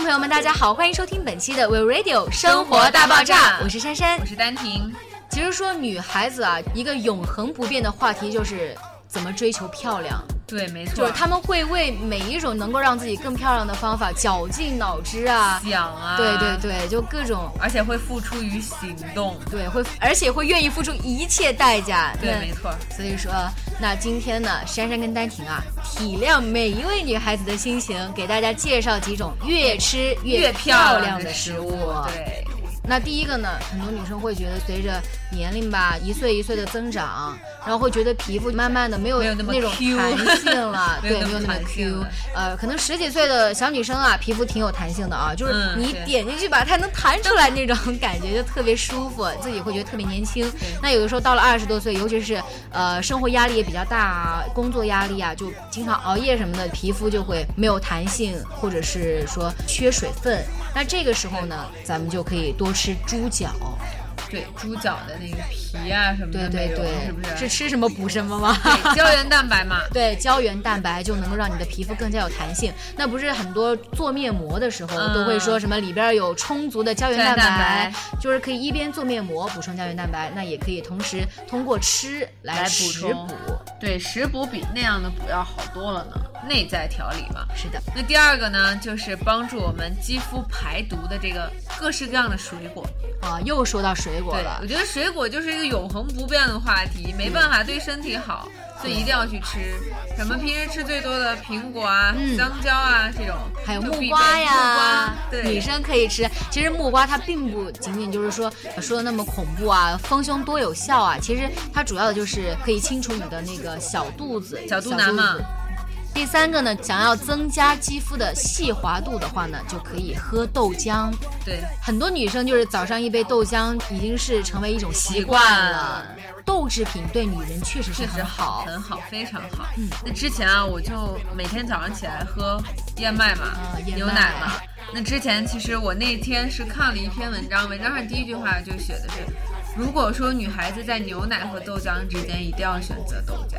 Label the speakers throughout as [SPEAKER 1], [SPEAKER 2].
[SPEAKER 1] 朋友们，大家好，欢迎收听本期的 We Radio 生活大爆炸，我是珊珊
[SPEAKER 2] 我。是丹婷，
[SPEAKER 1] 其实说女孩子啊，一个永恒不变的话题就是怎么追求漂亮，
[SPEAKER 2] 对，没错，
[SPEAKER 1] 就是她们会为每一种能够让自己更漂亮的方法绞尽脑汁啊，
[SPEAKER 2] 想啊，
[SPEAKER 1] 对对，对，就各种
[SPEAKER 2] 而且会付出于行动，
[SPEAKER 1] 对会，而且会愿意付出一切代价。
[SPEAKER 2] 对，
[SPEAKER 1] 那
[SPEAKER 2] 没错，
[SPEAKER 1] 所以说，那今天呢，珊珊跟丹婷啊，体谅每一位女孩子的心情，给大家介绍几种越吃
[SPEAKER 2] 越
[SPEAKER 1] 漂
[SPEAKER 2] 漂
[SPEAKER 1] 亮
[SPEAKER 2] 亮
[SPEAKER 1] 的
[SPEAKER 2] 的
[SPEAKER 1] 食
[SPEAKER 2] 食
[SPEAKER 1] 物。
[SPEAKER 2] 对，
[SPEAKER 1] 那第一个呢，很多女生会觉得随着年龄吧，一岁一岁的增长，然后会觉得皮肤慢慢的没有
[SPEAKER 2] 没有那么
[SPEAKER 1] 种
[SPEAKER 2] Q
[SPEAKER 1] 弹性了，
[SPEAKER 2] 没有
[SPEAKER 1] 对，
[SPEAKER 2] 那么
[SPEAKER 1] 没有那么
[SPEAKER 2] 弹性
[SPEAKER 1] Q
[SPEAKER 2] 了。
[SPEAKER 1] 呃，可能十几岁的小女生啊，皮肤挺有弹性的啊，就是
[SPEAKER 2] 嗯
[SPEAKER 1] 你
[SPEAKER 2] 对
[SPEAKER 1] 点进去吧，它能弹出来那种感觉，就特别舒服，自己会觉得特别年轻。那有的时候到了二十多岁，尤其是呃生活压力也比较大啊，工作压力啊，就经常熬夜什么的，皮肤就会没有弹性，或者是说缺水分。那这个时候呢，咱们就可以多吃猪脚，
[SPEAKER 2] 对，猪脚的那个皮啊什么
[SPEAKER 1] 对
[SPEAKER 2] 的
[SPEAKER 1] 对
[SPEAKER 2] 没有，
[SPEAKER 1] 对，
[SPEAKER 2] 是不
[SPEAKER 1] 是
[SPEAKER 2] 是？
[SPEAKER 1] 吃什么补什么 吗？
[SPEAKER 2] 对，胶原蛋白嘛，
[SPEAKER 1] 对，胶原蛋白就能够让你的皮肤更加有弹性。那不是很多做面膜的时候、
[SPEAKER 2] 嗯
[SPEAKER 1] 都会说什么里边有充足的胶原
[SPEAKER 2] 胶
[SPEAKER 1] 蛋
[SPEAKER 2] 原
[SPEAKER 1] 白，
[SPEAKER 2] 蛋白
[SPEAKER 1] 就是可以一边做面膜补充胶原蛋白，那也可以同时通过吃来
[SPEAKER 2] 来补
[SPEAKER 1] 食
[SPEAKER 2] 充
[SPEAKER 1] 补。
[SPEAKER 2] 对，食补比那样的补要好多了呢，内在调理嘛。
[SPEAKER 1] 是的，
[SPEAKER 2] 那第二个呢，就是帮助我们肌肤排毒的这个各式各样的水果。
[SPEAKER 1] 啊，又说到水果
[SPEAKER 2] 对
[SPEAKER 1] 了，嗯
[SPEAKER 2] 我。觉得水果就是一个永恒不变的话题，没办法对身体好，所以一定要去吃。咱们平时吃最多的苹果啊、
[SPEAKER 1] 嗯
[SPEAKER 2] 香蕉啊这种，
[SPEAKER 1] 还有
[SPEAKER 2] 就
[SPEAKER 1] 木
[SPEAKER 2] 必备
[SPEAKER 1] 瓜呀
[SPEAKER 2] 木瓜，对，
[SPEAKER 1] 女生可以吃。其实木瓜它并不仅仅就是说说的那么恐怖啊，丰胸多有效啊。其实它主要的就是可以清除你的那个小肚子、
[SPEAKER 2] 小肚腩嘛
[SPEAKER 1] 小肚子第三个呢，想要增加肌肤的细滑度的话呢，就可以喝豆浆。
[SPEAKER 2] 对
[SPEAKER 1] 很多女生就是早上一杯豆浆，已经是成为一种习惯了。豆制品对女人确实是
[SPEAKER 2] 确实
[SPEAKER 1] 很
[SPEAKER 2] 好，
[SPEAKER 1] 好。嗯
[SPEAKER 2] 很好，非常好。那之前啊，我就每天早上起来喝燕麦嘛，
[SPEAKER 1] 嗯燕麦
[SPEAKER 2] 牛奶嘛。那之前其实我那天是看了一篇文章，文章上第一句话就写的是，如果说女孩子在牛奶和豆浆之间，一定要选择豆浆，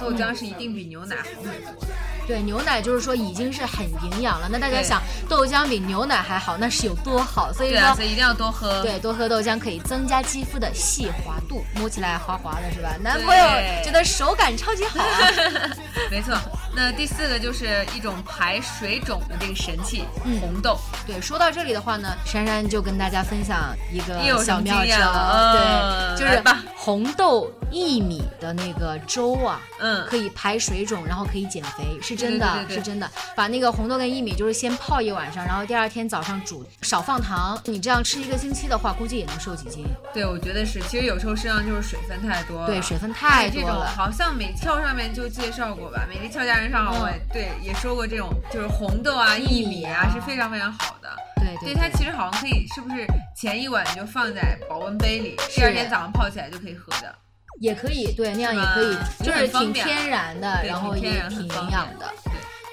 [SPEAKER 2] 豆浆是一定比牛奶好很多的。
[SPEAKER 1] 对，牛奶就是说已经是很营养了。那大家
[SPEAKER 2] 对
[SPEAKER 1] 想，豆浆比牛奶还好，那是有多好？所以
[SPEAKER 2] 对啊，
[SPEAKER 1] 说
[SPEAKER 2] 所，以一定要多喝。
[SPEAKER 1] 对，多喝豆浆可以增加肌肤的细滑度，摸起来滑滑的是吧？男朋友觉得手感超级好、啊。
[SPEAKER 2] 没错，那第四个就是一种排水肿的这个神器——
[SPEAKER 1] 嗯
[SPEAKER 2] 红豆。
[SPEAKER 1] 对，说到这里的话呢，珊珊就跟大家分享一
[SPEAKER 2] 你有
[SPEAKER 1] 个
[SPEAKER 2] 什
[SPEAKER 1] 小
[SPEAKER 2] 么
[SPEAKER 1] 妙
[SPEAKER 2] 经验
[SPEAKER 1] 招，
[SPEAKER 2] 了
[SPEAKER 1] 对，
[SPEAKER 2] 嗯
[SPEAKER 1] 就
[SPEAKER 2] 来
[SPEAKER 1] 是
[SPEAKER 2] 吧
[SPEAKER 1] 红豆薏米的那个粥啊。
[SPEAKER 2] 嗯，
[SPEAKER 1] 可以排水肿，然后可以减肥，是真的，
[SPEAKER 2] 对对对对
[SPEAKER 1] 是真的。把那个红豆跟薏米就是先泡一晚上，然后第二天早上煮，少放糖。你这样吃一个星期的话，估计也能瘦几斤。
[SPEAKER 2] 对，我觉得是。其实有时候身上就是水分太多了。哎
[SPEAKER 1] 对，水分太
[SPEAKER 2] 这
[SPEAKER 1] 多
[SPEAKER 2] 种
[SPEAKER 1] 了。
[SPEAKER 2] 好像美跳上面就介绍过吧，《美丽俏佳人》上
[SPEAKER 1] 嗯
[SPEAKER 2] 我也、对也说过这种，就是红豆啊、
[SPEAKER 1] 薏
[SPEAKER 2] 薏
[SPEAKER 1] 米
[SPEAKER 2] 米
[SPEAKER 1] 啊
[SPEAKER 2] 啊是非常非常好的。
[SPEAKER 1] 对对
[SPEAKER 2] 它其实好像可以，是不是前一晚就放在保温杯里，第二天早上泡起来就可以喝的。
[SPEAKER 1] 也可以，对，那样
[SPEAKER 2] 是
[SPEAKER 1] 也
[SPEAKER 2] 吧
[SPEAKER 1] 可以，就
[SPEAKER 2] 就是很
[SPEAKER 1] 挺
[SPEAKER 2] 方便
[SPEAKER 1] 天然的，
[SPEAKER 2] 对
[SPEAKER 1] 然后
[SPEAKER 2] 挺天
[SPEAKER 1] 也
[SPEAKER 2] 然
[SPEAKER 1] 挺
[SPEAKER 2] 很方
[SPEAKER 1] 营养
[SPEAKER 2] 便
[SPEAKER 1] 的。
[SPEAKER 2] 对。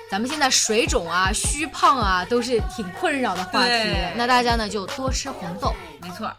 [SPEAKER 1] 咱们现在水肿啊、虚胖啊，都是挺困扰的话题
[SPEAKER 2] 对。
[SPEAKER 1] 那大家呢就多吃红豆。
[SPEAKER 2] 没错，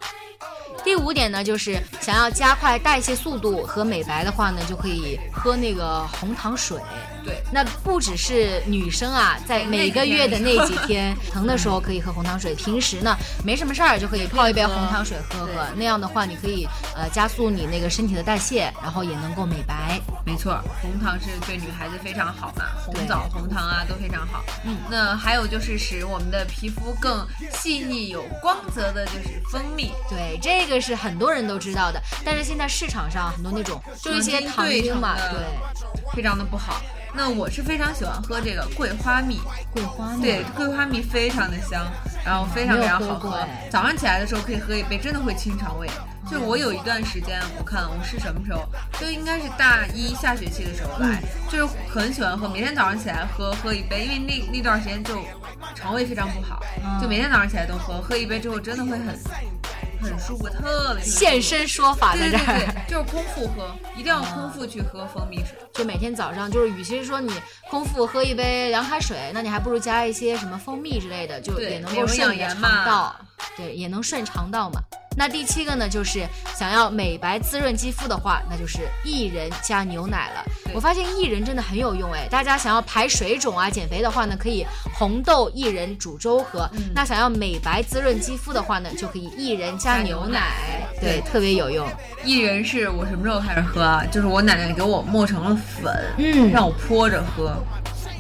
[SPEAKER 1] 第五点呢，就是想要加快代谢速度和美白的话呢，就可以喝那个红糖水。
[SPEAKER 2] 对，
[SPEAKER 1] 那不只是女生啊，在每个月的那几天疼的时候可以喝红糖水，平时呢没什么事儿就可以泡一杯红糖水喝喝
[SPEAKER 2] 对。
[SPEAKER 1] 那样的话，你可以呃加速你那个身体的代谢，然后也能够美白。
[SPEAKER 2] 没错，红糖是对女孩子非常好嘛，红
[SPEAKER 1] 对
[SPEAKER 2] 枣、红糖啊都非常好。
[SPEAKER 1] 嗯，
[SPEAKER 2] 那还有就是使我们的皮肤更细腻、有光泽的，就是蜂蜜。
[SPEAKER 1] 对，这个是很多人都知道的，但是现在市场上很多那种就是一些糖
[SPEAKER 2] 糖精
[SPEAKER 1] 精嘛，
[SPEAKER 2] 兑成的
[SPEAKER 1] 对，
[SPEAKER 2] 非常的不好。那我是非常喜欢喝这个桂花蜜，
[SPEAKER 1] 桂花蜜，
[SPEAKER 2] 对，桂花蜜非常的香，然后非常
[SPEAKER 1] 没
[SPEAKER 2] 非
[SPEAKER 1] 有
[SPEAKER 2] 常
[SPEAKER 1] 喝
[SPEAKER 2] 好
[SPEAKER 1] 过
[SPEAKER 2] 喝
[SPEAKER 1] 哎。
[SPEAKER 2] 早上起来的时候可以喝一杯，真的会清肠胃。就是我有一段时间，我看我是什么时候，就应该是大一下学期的时候来，就是很喜欢喝，每天早上起来喝喝一杯，因为那那段时间就肠胃非常不好，就每天早上起来都喝，喝一杯之后真的会很很舒服，特别特别舒服
[SPEAKER 1] 现。身说法在
[SPEAKER 2] 对
[SPEAKER 1] 这
[SPEAKER 2] 对
[SPEAKER 1] 儿。
[SPEAKER 2] 对，对就是空腹喝，一定要空腹去喝蜂蜜水。
[SPEAKER 1] 就每天早上，就是与其说你空腹喝一杯凉开水，那你还不如加一些什么蜂蜜之类的，就
[SPEAKER 2] 对
[SPEAKER 1] 也能
[SPEAKER 2] 美
[SPEAKER 1] 够
[SPEAKER 2] 容
[SPEAKER 1] 顺
[SPEAKER 2] 养
[SPEAKER 1] 你的
[SPEAKER 2] 颜
[SPEAKER 1] 肠
[SPEAKER 2] 嘛
[SPEAKER 1] 道，对，也能顺肠道嘛。那第七个呢，就是想要美白滋润肌肤的话，那就是薏仁加牛奶了。
[SPEAKER 2] 对
[SPEAKER 1] 我发现薏仁真的很有用哎，大家想要排水肿啊、减肥的话呢，可以红豆薏仁煮粥喝；
[SPEAKER 2] 嗯
[SPEAKER 1] 那想要美白滋润肌肤的话呢，就可以薏仁加牛奶，对，
[SPEAKER 2] 对
[SPEAKER 1] 特别有用。
[SPEAKER 2] 薏仁是我什么时候开始喝啊？就是我奶奶给我磨成了粉，
[SPEAKER 1] 嗯
[SPEAKER 2] 让我泼着喝。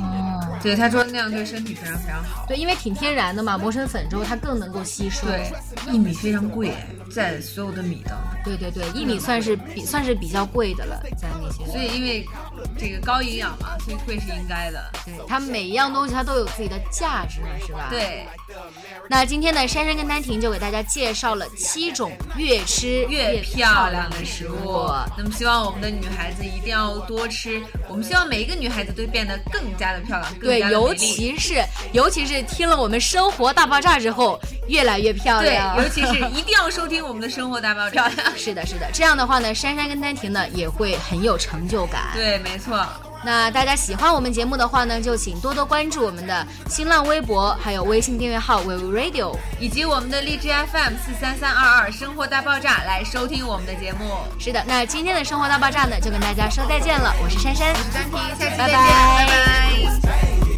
[SPEAKER 1] 哦，
[SPEAKER 2] 对，她说那样对身体非常非常好。
[SPEAKER 1] 对，因为挺天然的嘛，磨成粉之后它更能够吸收。
[SPEAKER 2] 对，薏米非常贵，在所有的米当中。
[SPEAKER 1] 对对对，薏米算是比算是比较贵的了，在那些。
[SPEAKER 2] 所以因为这个高营养嘛，所以贵是应该的。
[SPEAKER 1] 对它每一样东西它都有自己的价值嘛，是吧？。
[SPEAKER 2] 对，
[SPEAKER 1] 那今天呢，珊珊跟丹婷就给大家介绍了七种越吃
[SPEAKER 2] 越漂亮的食物。那么希望我们的女孩子一定要多吃。我们希望每一个女孩子都变得更加的漂亮，更
[SPEAKER 1] 对
[SPEAKER 2] 加，的
[SPEAKER 1] 尤
[SPEAKER 2] 美丽
[SPEAKER 1] 其是尤其是听了我们生活大爆炸之后，越来越漂
[SPEAKER 2] 对，
[SPEAKER 1] 亮。。
[SPEAKER 2] 尤其是一定要收听我们的《生活大爆炸》
[SPEAKER 1] 是的，是的，这样的话呢，珊珊跟丹婷呢也会很有成就感。
[SPEAKER 2] 对，没错。
[SPEAKER 1] 那大家喜欢我们节目的话呢，就请多多关注我们的新浪微博，还有微信订阅号 w e w Radio。
[SPEAKER 2] 以及我们的荔枝 FM 四三三二二生活大爆炸来收听我们的节目。
[SPEAKER 1] 是的，那今天的生活大爆炸呢，就跟大家说再见了。我是珊珊，
[SPEAKER 2] 丹婷，下期再见，
[SPEAKER 1] 拜拜
[SPEAKER 2] 拜拜
[SPEAKER 3] Hey.